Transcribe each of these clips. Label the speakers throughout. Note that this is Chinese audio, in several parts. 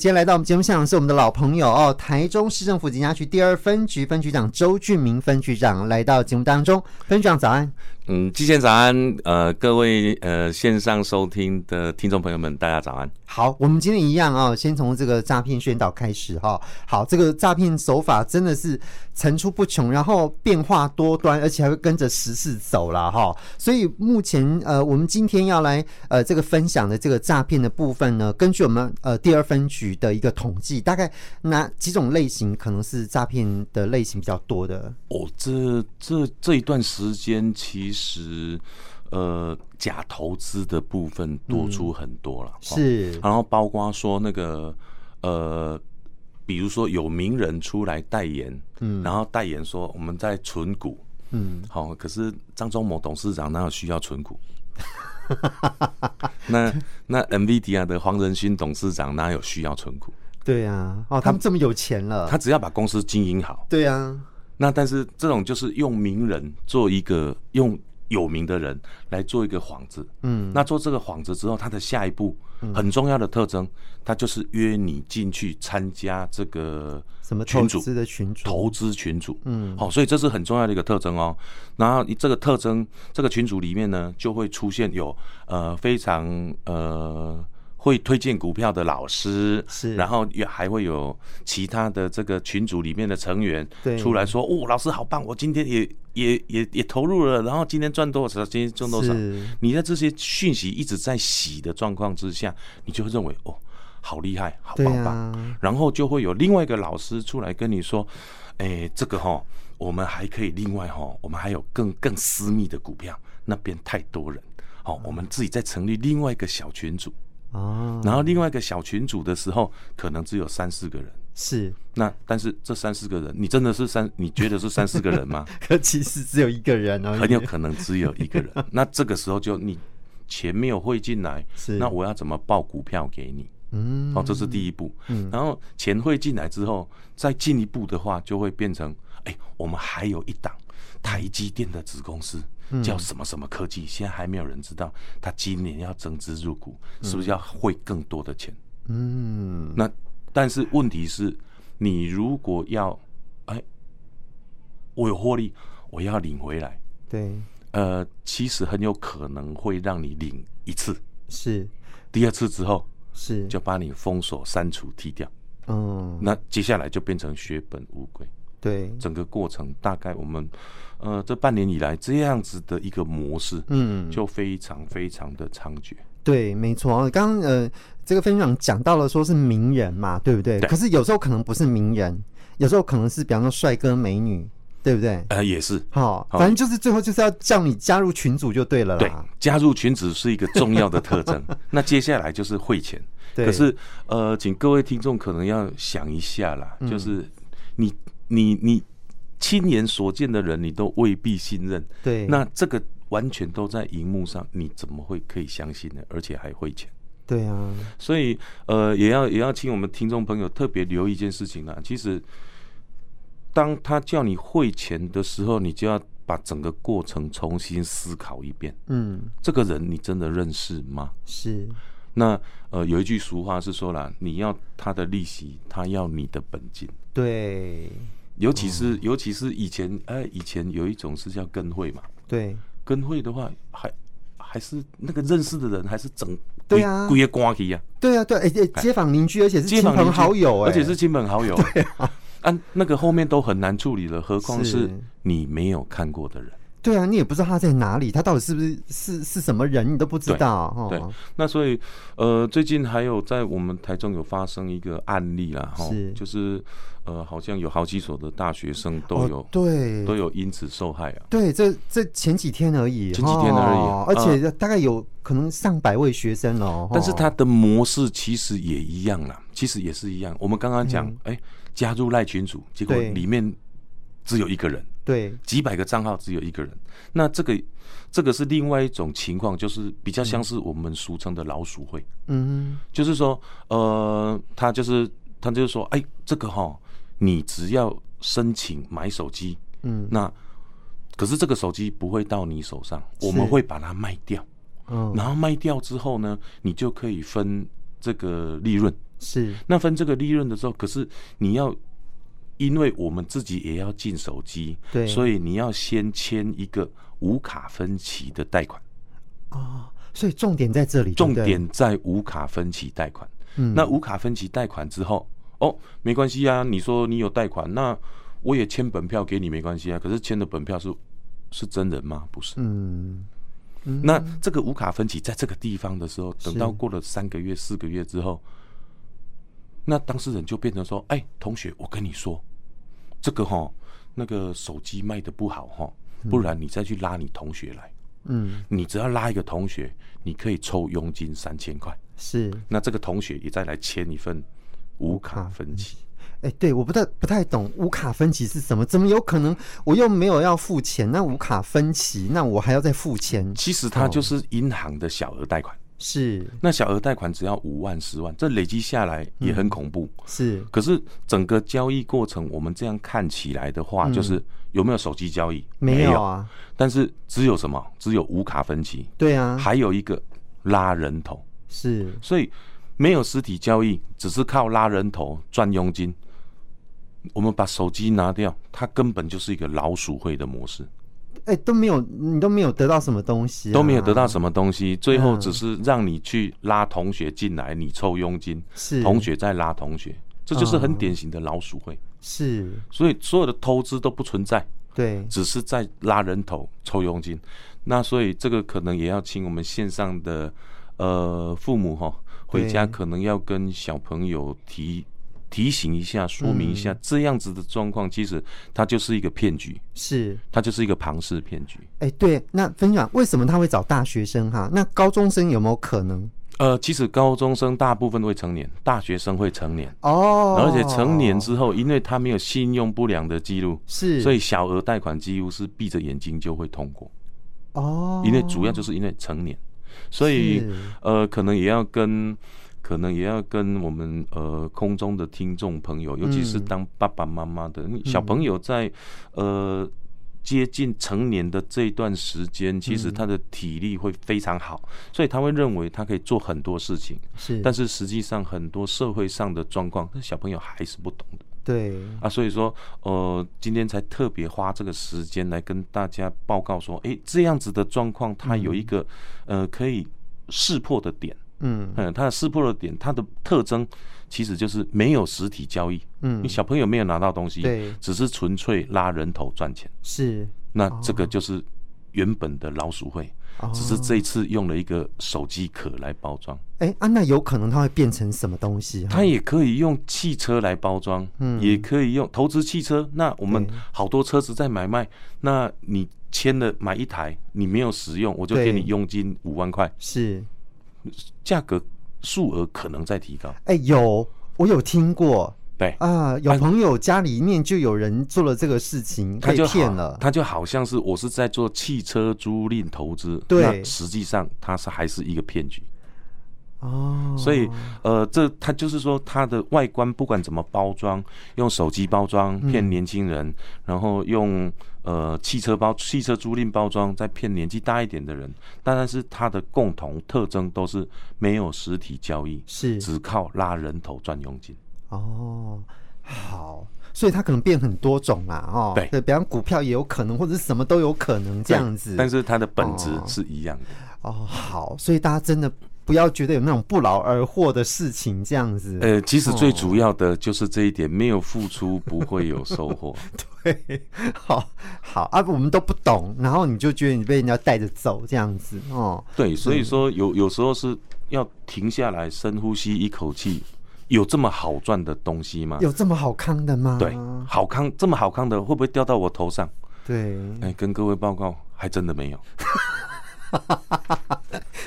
Speaker 1: 今天来到我们节目现场是我们的老朋友哦，台中市政府警察局第二分局分局长周俊明分局长来到节目当中。分局长早安，
Speaker 2: 嗯，季先早安，呃，各位呃线上收听的听众朋友们，大家早安。
Speaker 1: 好，我们今天一样啊、哦，先从这个诈骗宣导开始哈、好，这个诈骗手法真的是层出不穷，然后变化多端，而且还会跟着时事走啦哈、所以目前呃，我们今天要来呃这个分享的这个诈骗的部分呢，根据我们呃第二分局的一个统计，大概哪几种类型可能是诈骗的类型比较多的？
Speaker 2: 哦，这这这一段时间，其实呃假投资的部分多出很多了、哦，
Speaker 1: 是
Speaker 2: 然后包括说那个呃，比如说有名人出来代言，嗯，然后代言说我们在存股，
Speaker 1: 嗯，
Speaker 2: 好、可是张忠谋董事长哪有需要存股？那那 NVIDIA 的黄仁勋董事长哪有需要存股？
Speaker 1: 对啊，哦，他们这么有钱了，
Speaker 2: 他只要把公司经营好。
Speaker 1: 对啊，
Speaker 2: 那但是这种就是用名人做一个用有名的人来做一个幌子，
Speaker 1: 嗯，
Speaker 2: 那做这个幌子之后，他的下一步很重要的特征，他就是约你进去参加这个
Speaker 1: 什么投
Speaker 2: 群组
Speaker 1: 资的群主，
Speaker 2: 投资群组，嗯，好、所以这是很重要的一个特征哦。然后这个特征，这个群组里面呢，就会出现有呃非常呃会推荐股票的老师，
Speaker 1: 是
Speaker 2: 然后也还会有其他的这个群组里面的成员
Speaker 1: 对
Speaker 2: 出来说，哦，老师好棒，我今天也也也也投入了，然后今天赚多少，今天赚多少。
Speaker 1: 是
Speaker 2: 你在这些讯息一直在洗的状况之下，你就会认为哦，好厉害，好
Speaker 1: 对
Speaker 2: 棒棒。
Speaker 1: 啊，
Speaker 2: 然后就会有另外一个老师出来跟你说，哎，这个哈，我们还可以另外哈，我们还有更更私密的股票，那边太多人，好，我们自己再成立另外一个小群组，
Speaker 1: 哦，
Speaker 2: 然后另外一个小群组的时候，可能只有三四个人。
Speaker 1: 是，
Speaker 2: 那但是这三四个人，你真的是三？你觉得是三四个人吗？
Speaker 1: 可其实只有一个人而
Speaker 2: 很有
Speaker 1: 已，
Speaker 2: 可能只有一个人。那这个时候就你钱没有汇进来，
Speaker 1: 是，
Speaker 2: 那我要怎么报股票给你？
Speaker 1: 嗯，
Speaker 2: 哦，这是第一步。
Speaker 1: 嗯
Speaker 2: 然后钱汇进来之后，再进一步的话，就会变成，哎、我们还有一档台积电的子公司
Speaker 1: 嗯
Speaker 2: 叫什么什么科技，现在还没有人知道，它今年要增资入股，是不是要汇更多的钱？
Speaker 1: 嗯，
Speaker 2: 那但是问题是，你如果要，哎、我有获利，我要领回来，
Speaker 1: 对，
Speaker 2: 呃，其实很有可能会让你领一次，
Speaker 1: 是
Speaker 2: 第二次之后
Speaker 1: 是，
Speaker 2: 就把你封锁、删除、踢掉。
Speaker 1: 嗯，
Speaker 2: 那接下来就变成血本无归。
Speaker 1: 对，
Speaker 2: 整个过程大概我们，呃，这半年以来这样子的一个模式，
Speaker 1: 嗯，
Speaker 2: 就非常非常的猖獗。
Speaker 1: 对，没错。刚刚呃，这个分享讲到了说是名人嘛，对不对？
Speaker 2: 对
Speaker 1: 可是有时候可能不是名人，有时候可能是比方说帅哥美女，对不对？
Speaker 2: 呃，也是，
Speaker 1: 好，
Speaker 2: 好
Speaker 1: 反正就是最后就是要叫你加入群组就对了
Speaker 2: 对
Speaker 1: 啦。，
Speaker 2: 加入群组是一个重要的特 征。那接下来就是汇钱，
Speaker 1: 对
Speaker 2: 可是呃，请各位听众可能要想一下啦，
Speaker 1: 嗯
Speaker 2: 就是你你你亲眼所见的人，你都未必信任。
Speaker 1: 对，
Speaker 2: 那这个完全都在荧幕上，你怎么会可以相信呢？而且还汇钱。
Speaker 1: 对啊，
Speaker 2: 所以呃，也要也要请我们听众朋友特别留意一件事情啦。其实，当他叫你汇钱的时候，你就要把整个过程重新思考一遍。
Speaker 1: 嗯，
Speaker 2: 这个人你真的认识吗？
Speaker 1: 是，
Speaker 2: 那呃，有一句俗话是说啦，你要他的利息，他要你的本金。
Speaker 1: 对，
Speaker 2: 尤其
Speaker 1: 哦
Speaker 2: 是、尤其是以前，哎、以前有一种是叫跟会嘛，
Speaker 1: 对，
Speaker 2: 跟会的话还。还是那个认识的人，还是整
Speaker 1: 对啊
Speaker 2: 规个瓜皮呀，
Speaker 1: 对啊，对，哎、哎街坊邻居，而且是
Speaker 2: 街
Speaker 1: 亲
Speaker 2: 坊邻
Speaker 1: 朋
Speaker 2: 居
Speaker 1: 好友、哎，
Speaker 2: 而且是亲朋好友，啊，那个后面都很难处理了，何况
Speaker 1: 是
Speaker 2: 是你没有看过的人。
Speaker 1: 对啊，你也不知道他在哪里，他到底是不是是是什么人，你都不知道。哦
Speaker 2: 对那所以，呃，最近还有在我们台中有发生一个案例啦，哈
Speaker 1: 是，
Speaker 2: 就是呃，好像有好几所的大学生都
Speaker 1: 哦
Speaker 2: 有、
Speaker 1: 对
Speaker 2: 都有因此受害啊。
Speaker 1: 对，这这前几天而已，
Speaker 2: 前几天而已
Speaker 1: 哦
Speaker 2: 啊
Speaker 1: 而且大概有可能上百位学生哦。
Speaker 2: 但是
Speaker 1: 哦
Speaker 2: 它的模式其实也一样啦，其实也是一样。我们刚刚讲，哎、加入赖群组，结果
Speaker 1: 嗯对
Speaker 2: 里面只有一个人，
Speaker 1: 对
Speaker 2: 几百个账号只有一个人，那这个这个是另外一种情况，就是比较像是我们俗称的老鼠会，
Speaker 1: 嗯
Speaker 2: 就是说，呃，他就是他就是说，哎，这个哈，你只要申请买手机，
Speaker 1: 嗯
Speaker 2: 那可是这个手机不会到你手上，
Speaker 1: 是
Speaker 2: 我们会把它卖掉，
Speaker 1: 嗯，
Speaker 2: 然后卖掉之后呢，你就可以分这个利润，
Speaker 1: 是
Speaker 2: 那分这个利润的时候，可是你要，因为我们自己也要进手机，
Speaker 1: 对
Speaker 2: 所以你要先签一个无卡分期的贷款，
Speaker 1: 哦，所以重点在这里，对
Speaker 2: 重
Speaker 1: 不对，
Speaker 2: 点在无卡分期贷款。
Speaker 1: 嗯
Speaker 2: 那无卡分期贷款之后，哦，没关系啊，你说你有贷款，那我也签本票给你没关系啊。可是签的本票是是真人吗？不是。
Speaker 1: 嗯，
Speaker 2: 那这个无卡分期在这个地方的时候，
Speaker 1: 是
Speaker 2: 等到过了三个月、四个月之后，那当事人就变成说：“哎、同学，我跟你说，这个哈，那个手机卖的不好哈，不然你再去拉你同学来，
Speaker 1: 嗯，
Speaker 2: 你只要拉一个同学，你可以抽佣金三千块。
Speaker 1: 是，
Speaker 2: 那这个同学也再来签一份无卡分期。
Speaker 1: 哎、对，我不太不太懂无卡分期是什么，怎么有可能我又没有要付钱，那无卡分期，那我还要再付钱？
Speaker 2: 其实它就是银行的小额贷款，
Speaker 1: 是
Speaker 2: 那小额贷款只要五万、十万，这累积下来也很恐怖。
Speaker 1: 是，
Speaker 2: 可是整个交易过程，我们这样看起来的话，就是有嗯没有手机交易？
Speaker 1: 没有。啊，
Speaker 2: 但是只有什么？只有无卡分期，
Speaker 1: 对啊，
Speaker 2: 还有一个拉人头。
Speaker 1: 是
Speaker 2: 所以没有实体交易，只是靠拉人头赚佣金。我们把手机拿掉，它根本就是一个老鼠会的模式，
Speaker 1: 哎、都没有，你都没有得到什么东西、啊
Speaker 2: 都没有得到
Speaker 1: 么，
Speaker 2: 什么东西，最后
Speaker 1: 嗯
Speaker 2: 只是让你去拉同学进来，你抽佣金，
Speaker 1: 是
Speaker 2: 同学再拉同学，这就是很典型的老鼠会。
Speaker 1: 是，
Speaker 2: 所以所有的投资都不存在，
Speaker 1: 对，
Speaker 2: 只是在拉人头、抽佣金。那所以这个可能也要请我们线上的呃父母哈，回家
Speaker 1: 对
Speaker 2: 可能要跟小朋友提提醒一下、说明一下，
Speaker 1: 嗯
Speaker 2: 这样子的状况其实它就是一个骗局，
Speaker 1: 是。
Speaker 2: 它就是一个庞氏骗局。
Speaker 1: 哎、对，那分享为什么他会找大学生哈？那高中生有没有可能？
Speaker 2: 呃，其实高中生大部分会成年，大学生会成年，
Speaker 1: 哦，
Speaker 2: 而且成年之后，因为他没有信用不良的记录，
Speaker 1: 是，
Speaker 2: 所
Speaker 1: 以
Speaker 2: 以小额贷款几乎是闭着眼睛就会通过。
Speaker 1: 哦，
Speaker 2: 因为主要就是因为成年，所以
Speaker 1: 是
Speaker 2: 呃，可能也要跟，可能也要跟我们呃空中的听众朋友，尤其是
Speaker 1: 嗯
Speaker 2: 当爸爸妈妈的、你小朋友在呃接近成年的这一段时间，其实
Speaker 1: 嗯
Speaker 2: 他的体力会非常好，所以他会认为他可以做很多事情，
Speaker 1: 是，
Speaker 2: 但是实际上很多社会上的状况，那小朋友还是不懂的。
Speaker 1: 对，
Speaker 2: 啊，所以说，呃，今天才特别花这个时间来跟大家报告说，诶，这样子的状况，它有一个、呃可以识破的点，
Speaker 1: 嗯
Speaker 2: 嗯，它的识破的点，它的特征其实就是没有实体交易，
Speaker 1: 嗯
Speaker 2: 你，小朋友没有拿到东西，
Speaker 1: 对，
Speaker 2: 只是纯粹拉人头赚钱，
Speaker 1: 是，
Speaker 2: 那这个就是原本的老鼠会，
Speaker 1: 哦
Speaker 2: 只是这一次用了一个手机壳来包装，
Speaker 1: 哎、啊，那有可能它会变成什么东西？哈
Speaker 2: 它也可以用汽车来包装，
Speaker 1: 嗯
Speaker 2: 也可以用投资汽车。那我们
Speaker 1: 对
Speaker 2: 好多车子在买卖，那你签了买一台，你没有使用，我就
Speaker 1: 对
Speaker 2: 给你佣金五万块，
Speaker 1: 是，
Speaker 2: 价格数额可能在提高。
Speaker 1: 哎、有，我有听过
Speaker 2: 对，
Speaker 1: 啊，有
Speaker 2: 啊
Speaker 1: 朋友家里面就有人做了这个事情，
Speaker 2: 他
Speaker 1: 被
Speaker 2: 就
Speaker 1: 骗
Speaker 2: 好
Speaker 1: 了，
Speaker 2: 他就好像是我是在做汽车租赁投资，
Speaker 1: 对
Speaker 2: 那实际上它是还是一个骗局。
Speaker 1: 哦，
Speaker 2: 所以，呃，这它就是说，它的外观不管怎么包装，用手机包装骗年轻人，
Speaker 1: 嗯
Speaker 2: 然后用呃汽车包、汽车租赁包装再骗年纪大一点的人。当然是它的共同特征都是没有实体交易，
Speaker 1: 是
Speaker 2: 只靠拉人头赚佣金。
Speaker 1: 哦，好。所以它可能变很多种啦，哦，
Speaker 2: 对
Speaker 1: 比方股票也有可能，或者是什么都有可能这样子。
Speaker 2: 对但是它的本质
Speaker 1: 哦
Speaker 2: 是一样的。
Speaker 1: 哦，好，所以大家真的不要觉得有那种不劳而获的事情这样子。
Speaker 2: 呃，其实
Speaker 1: 哦
Speaker 2: 最主要的就是这一点，没有付出不会有收获。
Speaker 1: 对， 好好啊，我们都不懂，然后你就觉得你被人家带着走这样子哦。
Speaker 2: 对，所以说有有时候是要停下来深呼吸一口气，有这么好赚的东西吗？
Speaker 1: 有啊这么好康的吗？
Speaker 2: 啊对，好康这么好康的会不会掉到我头上？
Speaker 1: 对，
Speaker 2: 哎，跟各位报告，还真的没有。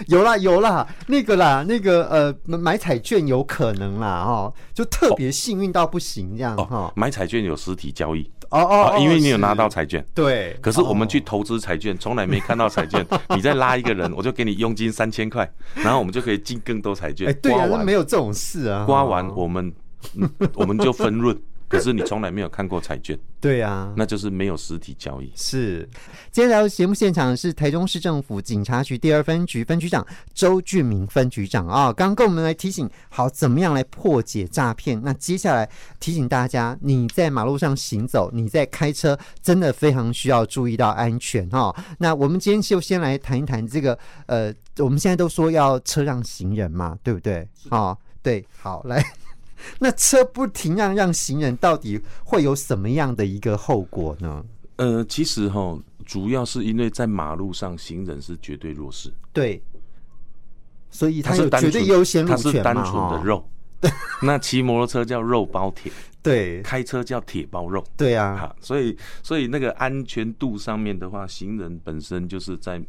Speaker 1: 有啦有啦，那个啦，那个呃，买买彩券有可能啦哦，就特别幸运到不行这样嗯哈
Speaker 2: 哦。，买彩券有实体交易
Speaker 1: 哦哦
Speaker 2: 啊，因为你有拿到
Speaker 1: 是
Speaker 2: 彩券。
Speaker 1: 对，哦
Speaker 2: 可是我们去投资彩券，从来没看到彩券。 你再拉一个人，我就给你佣金三千块，然后我们就可以进更多彩
Speaker 1: 哎、
Speaker 2: 券。
Speaker 1: 对
Speaker 2: 刮
Speaker 1: 啊，那
Speaker 2: 完
Speaker 1: 没有这种事啊。
Speaker 2: 刮完，
Speaker 1: 哦
Speaker 2: 我们嗯我们就分润。可是你从来没有看过彩券，
Speaker 1: 对啊，
Speaker 2: 那就是没有实体交易。
Speaker 1: 是。接下来节目现场是台中市政府警察局第二分局分局长周俊明分局长啊，刚、跟我们来提醒，好怎么样来破解诈骗。那接下来提醒大家，你在马路上行走，你在开车，真的非常需要注意到安全哈、那我们今天就先来谈一谈这个呃，我们现在都说要车让行人嘛，对不对？哦，对，好来。 那车不停让让行人，到底会有什么样的一个后果呢？
Speaker 2: 呃，其实哈，主要是因为在马路上行人是绝对弱势，
Speaker 1: 对，所以他
Speaker 2: 是
Speaker 1: 有
Speaker 2: 单
Speaker 1: 绝
Speaker 2: 纯
Speaker 1: 对优先路
Speaker 2: 它是
Speaker 1: 权
Speaker 2: 单
Speaker 1: 嘛，哦
Speaker 2: 纯的
Speaker 1: 哈，
Speaker 2: 肉。那骑摩托车叫肉包铁，
Speaker 1: 对
Speaker 2: 开车叫铁包肉。
Speaker 1: 对啊，
Speaker 2: 哈，所以所以那个安全度上面的话，行人本身就是在，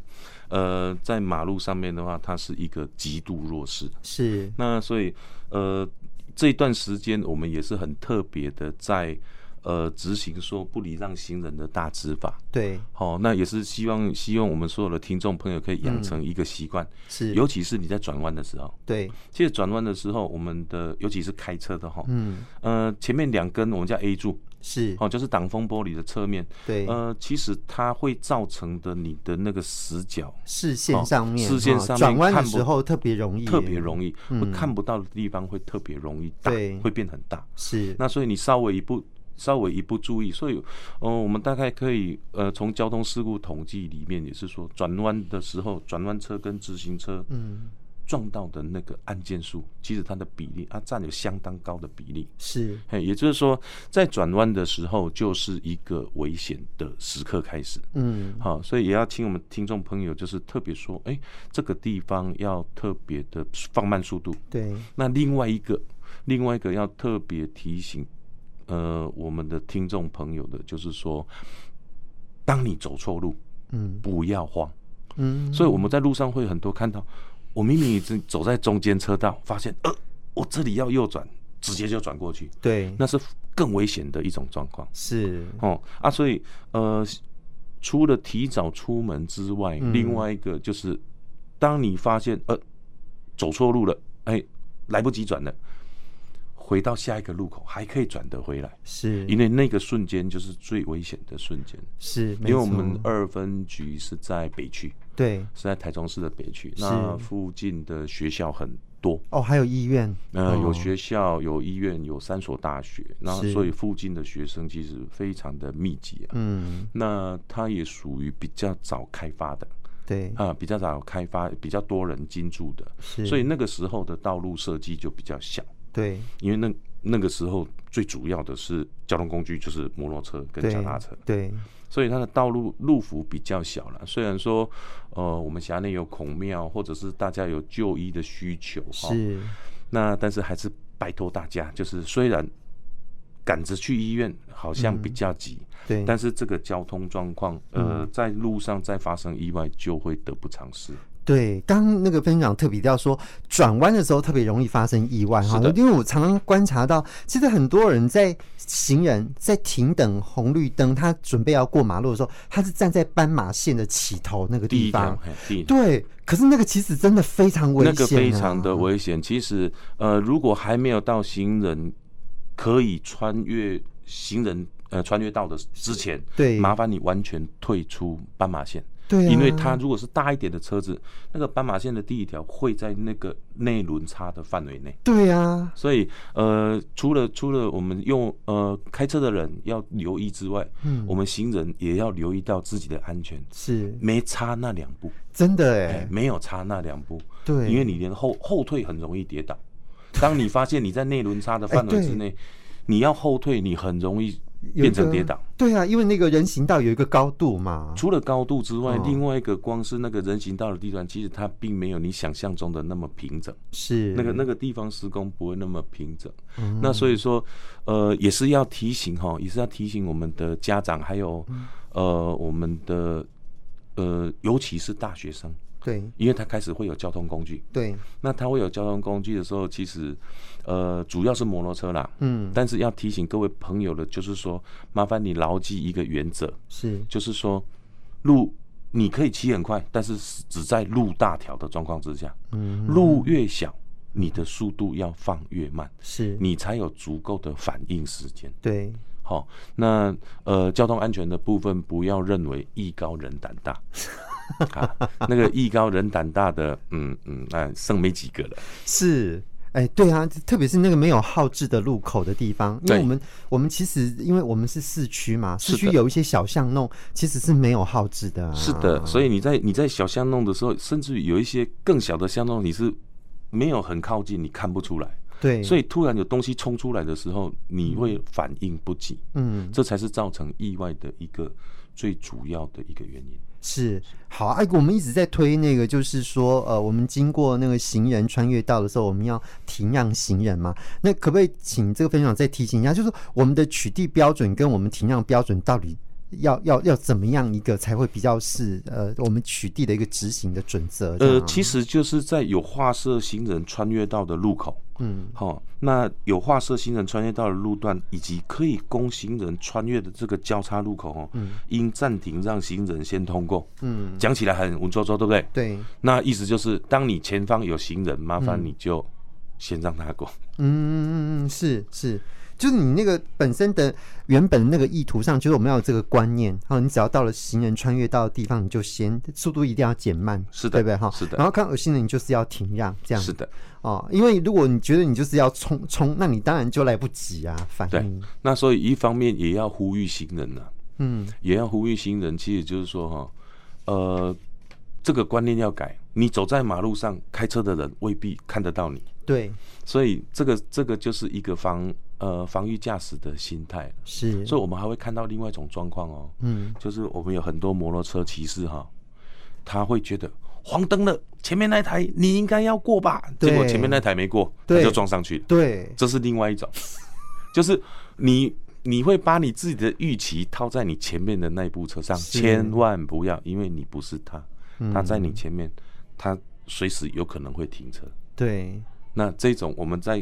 Speaker 2: 呃，在马路上面的话，它是一个极度弱势。
Speaker 1: 是
Speaker 2: 那所以呃，这段时间我们也是很特别的在呃执行说不礼让行人的大执法。
Speaker 1: 对
Speaker 2: 好、那也是希望希望我们所有的听众朋友可以
Speaker 1: 嗯
Speaker 2: 养成一个习惯，
Speaker 1: 是，
Speaker 2: 尤其是你在转弯的时候。
Speaker 1: 对
Speaker 2: 其实转弯的时候，我们的尤其是开车的哈，
Speaker 1: 嗯
Speaker 2: 呃，前面两根我们叫 A 柱，
Speaker 1: 是，
Speaker 2: 哦，就是挡风玻璃的侧面，
Speaker 1: 对
Speaker 2: 呃，其实它会造成的你的那个死角
Speaker 1: 视线上面
Speaker 2: 哦视线
Speaker 1: 哈
Speaker 2: 上面
Speaker 1: 转弯的
Speaker 2: 看不
Speaker 1: 时候特别容易，
Speaker 2: 特别容易，
Speaker 1: 嗯
Speaker 2: 会看不到的地方会特别容易大
Speaker 1: 对，
Speaker 2: 会变很大。
Speaker 1: 是
Speaker 2: 那所以你稍微一不稍微一不注意，所以呃，我们大概可以呃从交通事故统计里面也是说，转弯的时候转弯车跟直行车
Speaker 1: 嗯
Speaker 2: 撞到的那个按键数，其实它的比例它占有相当高的比例。
Speaker 1: 是
Speaker 2: 嘿，也就是说，在转弯的时候就是一个危险的时刻开始。
Speaker 1: 嗯
Speaker 2: 好，所以也要请我们听众朋友，就是特别说，哎、这个地方要特别的放慢速度。
Speaker 1: 对
Speaker 2: 那另外一个，另外一个要特别提醒，呃，我们的听众朋友的，就是说，当你走错路，
Speaker 1: 嗯
Speaker 2: 不要慌。
Speaker 1: 嗯
Speaker 2: 所以我们在路上会很多看到，我明明已经走在中间车道，发现，呃，我这里要右转，直接就转过去，
Speaker 1: 对
Speaker 2: 那是更危险的一种状况。
Speaker 1: 是
Speaker 2: 哦啊，所以呃，除了提早出门之外，
Speaker 1: 嗯
Speaker 2: 另外一个就是，当你发现呃走错路了，哎、来不及转了，回到下一个路口还可以转得回来，
Speaker 1: 是
Speaker 2: 因为那个瞬间就是最危险的瞬间。
Speaker 1: 是，
Speaker 2: 因
Speaker 1: 没
Speaker 2: 为我
Speaker 1: 错
Speaker 2: 们二分局是在北区，
Speaker 1: 对
Speaker 2: 是在台中市的北区，那
Speaker 1: 是
Speaker 2: 附近的学校很多，
Speaker 1: 哦还有医院
Speaker 2: 呃，有
Speaker 1: 哦
Speaker 2: 学校、有医院、有三所大学，然后
Speaker 1: 是
Speaker 2: 所以附近的学生其实非常的密集啊。
Speaker 1: 嗯
Speaker 2: 那它也属于比较早开发的
Speaker 1: 对
Speaker 2: 啊，比较早开发、比较多人进驻的，
Speaker 1: 是，
Speaker 2: 所以那个时候的道路设计就比较小，
Speaker 1: 对
Speaker 2: 因为那那个时候最主要的是交通工具就是摩托车跟
Speaker 1: 对
Speaker 2: 脚踏车，
Speaker 1: 对
Speaker 2: 所以它的道路路幅比较小了。虽然说，呃，我们辖内有孔庙，或者是大家有就医的需求，哈，
Speaker 1: 是
Speaker 2: 那但是还是拜托大家，就是虽然赶着去医院好
Speaker 1: 嗯
Speaker 2: 像比较急，
Speaker 1: 对
Speaker 2: 但是这个交通状况，呃，
Speaker 1: 嗯
Speaker 2: 在路上再发生意外就会得不偿失。
Speaker 1: 对，刚刚那个分享特别提到说，转弯的时候特别容易发生意外哈
Speaker 2: 是的，
Speaker 1: 因为我常常观察到，其实很多人在行人在停等红绿灯，他准备要过马路的时候，他是站在斑马线的起头那个
Speaker 2: 第
Speaker 1: 地
Speaker 2: 一条
Speaker 1: 方，，
Speaker 2: 嘿第一条。
Speaker 1: 对，可是那个其实真的非常危
Speaker 2: 那
Speaker 1: 险、啊，
Speaker 2: 个非常的危险。其实，呃，如果还没有到行人可以穿越行人呃穿越道的之前，
Speaker 1: 对
Speaker 2: 麻烦你完全退出斑马线，
Speaker 1: 对、啊，
Speaker 2: 因为它如果是大一点的车子，那个斑马线的第一条会在那个内轮差的范围内。
Speaker 1: 对啊，
Speaker 2: 所以，呃，除了除了我们用呃开车的人要留意之外，
Speaker 1: 嗯
Speaker 2: 我们行人也要留意到自己的安全，
Speaker 1: 是
Speaker 2: 没差那两步，
Speaker 1: 真的哎、
Speaker 2: 哎，没有差那两步，
Speaker 1: 对，
Speaker 2: 哎因为你连后后退很容易跌倒。当你发现你在内轮 差
Speaker 1: 哎
Speaker 2: 的范围之内，你要后退，你很容易
Speaker 1: 有一
Speaker 2: 变
Speaker 1: 个
Speaker 2: 成跌倒。，
Speaker 1: 对啊，因为那个人行道有一个高度嘛，
Speaker 2: 除了高度之外，
Speaker 1: 哦
Speaker 2: 另外一个光是那个人行道的地段，其实它并没有你想象中的那么平整。
Speaker 1: 是
Speaker 2: 那个那个地方施工不会那么平整。那所以说，呃，也是要提醒哈，也是要提醒我们的家长，还有呃我们的呃，尤其是大学生，
Speaker 1: 对
Speaker 2: 因为他开始会有交通工具。
Speaker 1: 对，
Speaker 2: 那他会有交通工具的时候，其实呃主要是摩托车啦。
Speaker 1: 嗯
Speaker 2: 但是要提醒各位朋友的，就是说，麻烦你牢记一个原则，
Speaker 1: 是
Speaker 2: 就是说，路你可以骑很快，但是只在路大条的状况之下，
Speaker 1: 嗯
Speaker 2: 路越小，你的速度要放越慢，
Speaker 1: 是，
Speaker 2: 你才有足够的反应时间。
Speaker 1: 对，
Speaker 2: 好、那呃，交通安全的部分，不要认为艺高人胆大 啊，那个艺高人胆大的，嗯嗯，哎，剩没几个了。
Speaker 1: 是。哎，对啊，特别是那个没有号志的路口的地方，因为
Speaker 2: 对
Speaker 1: 我们我们其实因为我们是市区嘛，市
Speaker 2: 是
Speaker 1: 区
Speaker 2: 的
Speaker 1: 有一些小巷弄其实是没有号志的、啊。
Speaker 2: 是的，所以你在你在小巷弄的时候，甚至于有一些更小的巷弄，你是没有很靠近，你看不出来。
Speaker 1: 对，
Speaker 2: 所
Speaker 1: 以
Speaker 2: 以突然有东西冲出来的时候，你会反应不及，
Speaker 1: 嗯
Speaker 2: 这才是造成意外的一个最主要的一个原因。
Speaker 1: 是好啊，我们一直在推那个，就是说呃，我们经过那个行人穿越道的时候，我们要停让行人嘛。那可不可以请这个分享再提醒一下，就是说我们的取缔标准跟我们停让标准到底？要要要怎么样一个才会比较是呃我们取缔的一个执行的准则？这
Speaker 2: 呃
Speaker 1: 样，啊
Speaker 2: 其实就是在有画设行人穿越道的路口，
Speaker 1: 嗯
Speaker 2: 好、那有画设行人穿越道的路段，以及可以供行人穿越的这个交叉路口哦，应暂停让行人先通过。
Speaker 1: 嗯
Speaker 2: 讲起来很文绉绉，对不对？
Speaker 1: 对
Speaker 2: 那意思就是，当你前方有行人，麻烦你就先让他过。
Speaker 1: 嗯，是是，就是你那个本身的原本那个意图上，就是我们要有这个观念，好，你只要到了行人穿越到的地方，你就先速度一定要减慢，
Speaker 2: 是的
Speaker 1: 对不对哈？
Speaker 2: 是的
Speaker 1: 然后看到有行人，你就是要停让，这样
Speaker 2: 是的，
Speaker 1: 哦，因为如果你觉得你就是要冲冲，那你当然就来不及啊，反
Speaker 2: 对
Speaker 1: 应。
Speaker 2: 那所以一方面也要呼吁行人呢、
Speaker 1: 嗯，
Speaker 2: 也要呼吁行人，其实就是说哈，呃，这个观念要改。你走在马路上开车的人未必看得到你，
Speaker 1: 对，
Speaker 2: 所以这个这个就是一个防呃防御驾驶的心态。
Speaker 1: 是，
Speaker 2: 所以我们还会看到另外一种状况哦，
Speaker 1: 嗯，
Speaker 2: 就是我们有很多摩托车骑士哈，他会觉得黄灯了，前面那台你应该要过吧，
Speaker 1: 对
Speaker 2: 结果前面那台没过，他
Speaker 1: 对
Speaker 2: 就撞上去了。
Speaker 1: 对，
Speaker 2: 这是另外一种， 就是你你会把你自己的预期套在你前面的那一部车上，
Speaker 1: 是
Speaker 2: 千万不要，因为你不是他，
Speaker 1: 嗯
Speaker 2: 他在你前面，他随时有可能会停车。
Speaker 1: 对，
Speaker 2: 那这种我们在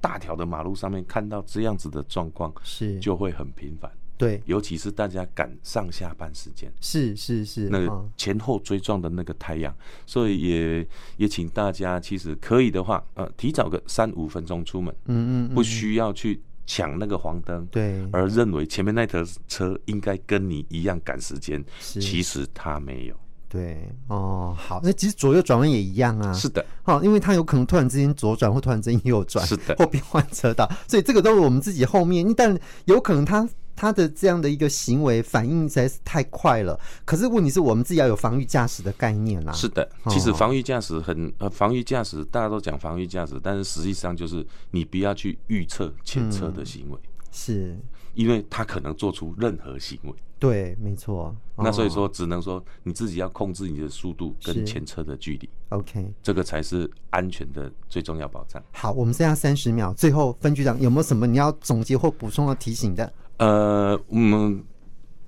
Speaker 2: 大条的马路上面看到这样子的状况，
Speaker 1: 是，
Speaker 2: 就会很频繁，
Speaker 1: 对，
Speaker 2: 尤其是大家赶上下班时间。
Speaker 1: 是是是，
Speaker 2: 那个
Speaker 1: 哦
Speaker 2: 前后追撞的那个太阳，所以也也请大家，其实可以的话，呃，提早个三五分钟出门，
Speaker 1: 嗯嗯嗯，
Speaker 2: 不需要去抢那个黄灯，
Speaker 1: 对，
Speaker 2: 而认为前面那台车应该跟你一样赶时间，
Speaker 1: 是，
Speaker 2: 其实他没有。
Speaker 1: 对，哦，好，那其实左右转弯也一样啊，
Speaker 2: 是的，
Speaker 1: 好、因为它有可能突然之间左转或突然之间右转，
Speaker 2: 是的
Speaker 1: 或变换车道，所以这个都是我们自己后面，但有可能他他的这样的一个行为反应实在是太快了。可是问题是我们自己要有防御驾驶的概念啦，
Speaker 2: 是的。
Speaker 1: 哦
Speaker 2: 其实防御驾驶很呃，防御驾驶大家都讲防御驾驶，但是实际上就是你不要去预测前车的行
Speaker 1: 嗯
Speaker 2: 为，
Speaker 1: 是，
Speaker 2: 因为他可能做出任何行为。
Speaker 1: 对，没错。
Speaker 2: 那所以
Speaker 1: 哦
Speaker 2: 说，只能说你自己要控制你的速度
Speaker 1: 是
Speaker 2: 跟前车的距离，
Speaker 1: 哦，OK，
Speaker 2: 这个才是安全的最重要保障。
Speaker 1: 好，我们剩下三十秒，最后分局长有没有什么你要总结或补充要提醒的？
Speaker 2: 呃，我们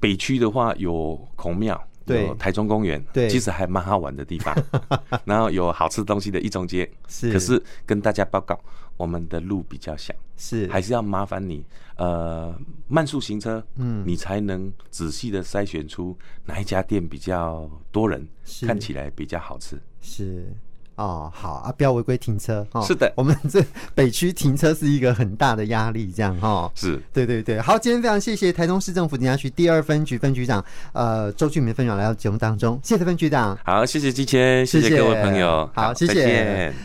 Speaker 2: 北区的话有孔庙，
Speaker 1: 对
Speaker 2: 有台中公园，
Speaker 1: 对
Speaker 2: 其实还蛮好玩的地 方。然后有好吃东西的一中街，
Speaker 1: 是
Speaker 2: 可是跟大家报告，我们的路比较小，
Speaker 1: 是，
Speaker 2: 还是要麻烦你，呃，慢速行车，嗯，你才能仔细的筛选出哪一家店比较多人
Speaker 1: 是，
Speaker 2: 看起来比较好吃。
Speaker 1: 是。哦，好啊，不要违规停车哦。
Speaker 2: 是的
Speaker 1: 我们这北区停车是一个很大的压力，这样哦。
Speaker 2: 是，
Speaker 1: 对对对，好，今天非常谢谢台中市政府警察局第二分局分局长呃周俊明分局长来到节目当中，谢谢分局长。
Speaker 2: 好，谢谢季谦，谢
Speaker 1: 谢谢
Speaker 2: 各位朋友，
Speaker 1: 好谢谢
Speaker 2: 再见。